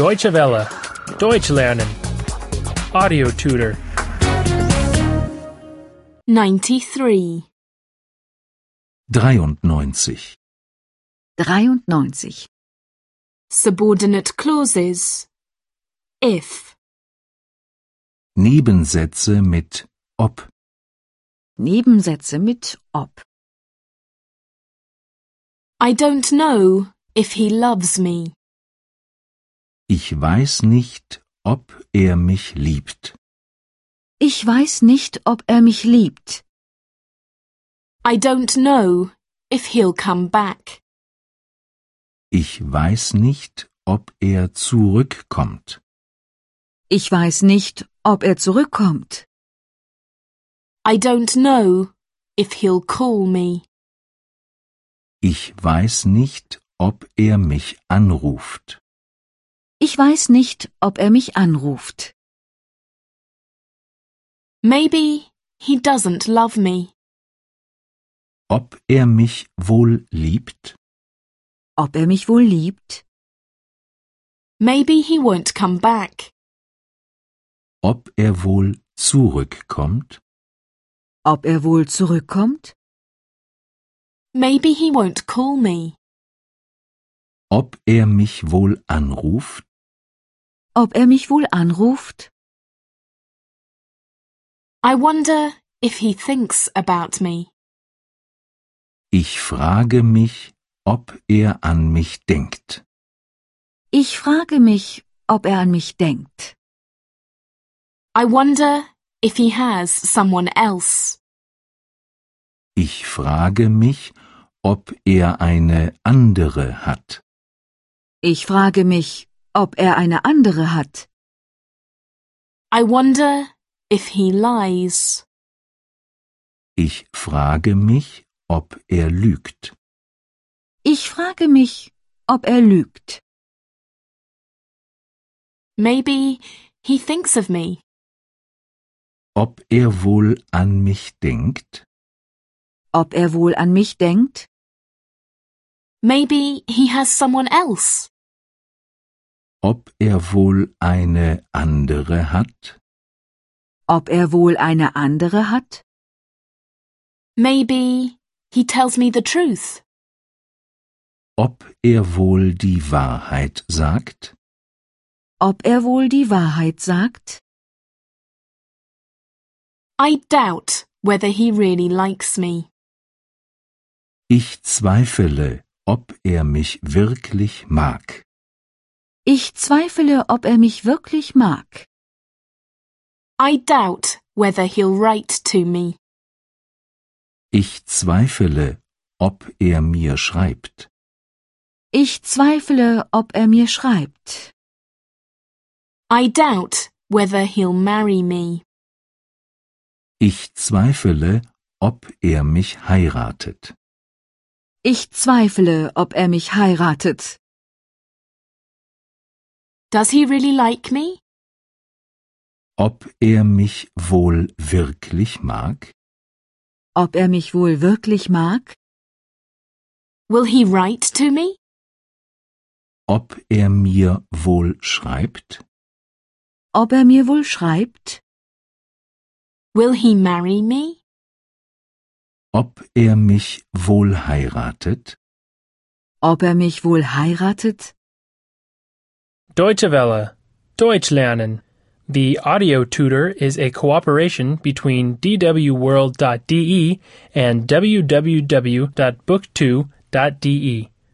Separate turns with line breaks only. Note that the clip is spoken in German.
Deutsche Welle. Deutsch lernen. Audio tutor.
93.
93.
93.
Subordinate clauses. If.
Nebensätze mit ob.
Nebensätze mit ob.
I don't know if he loves me.
Ich weiß nicht, ob er mich liebt.
Ich weiß nicht, ob er mich liebt.
I don't know if he'll come back.
Ich weiß nicht, ob er zurückkommt.
Ich weiß nicht, ob er zurückkommt.
I don't know if he'll call me.
Ich weiß nicht, ob er mich anruft.
Ich weiß nicht, ob er mich anruft.
Maybe he doesn't love me.
Ob er mich wohl liebt?
Ob er mich wohl liebt?
Maybe he won't come back.
Ob er wohl zurückkommt?
Ob er wohl zurückkommt?
Maybe he won't call me.
Ob er mich wohl anruft?
Ob er mich wohl anruft?
I wonder if he thinks about me.
Ich frage mich, ob er an mich denkt.
Ich frage mich, ob er an mich denkt.
I wonder if he has someone else.
Ich frage mich, ob er eine andere hat.
Ich frage mich, ob er eine andere hat.
I wonder if he lies.
Ich frage mich, ob er lügt.
Ich frage mich, ob er lügt.
Maybe he thinks of me.
Ob er wohl an mich denkt?
Ob er wohl an mich denkt?
Maybe he has someone else.
Ob er wohl eine andere hat?
Ob er wohl eine andere hat?
Maybe he tells me the truth.
Ob er wohl die Wahrheit sagt?
Ob er wohl die Wahrheit sagt?
I doubt whether he really likes me.
Ich zweifle, ob er mich wirklich mag.
Ich zweifle, ob er mich wirklich mag.
I doubt whether he'll write to me.
Ich zweifle, ob er mir schreibt.
Ich zweifle, ob er mir schreibt.
I doubt whether he'll marry me.
Ich zweifle, ob er mich heiratet.
Ich zweifle, ob er mich heiratet.
Does he really like me?
Ob er mich wohl wirklich mag?
Ob er mich wohl wirklich mag?
Will he write to me?
Ob er mir wohl schreibt?
Ob er mir wohl schreibt?
Will he marry me?
Ob er mich wohl heiratet?
Ob er mich wohl heiratet?
Deutsche Welle. Deutsch lernen. The audio tutor is a cooperation between E dwworld.de and www.book2.de.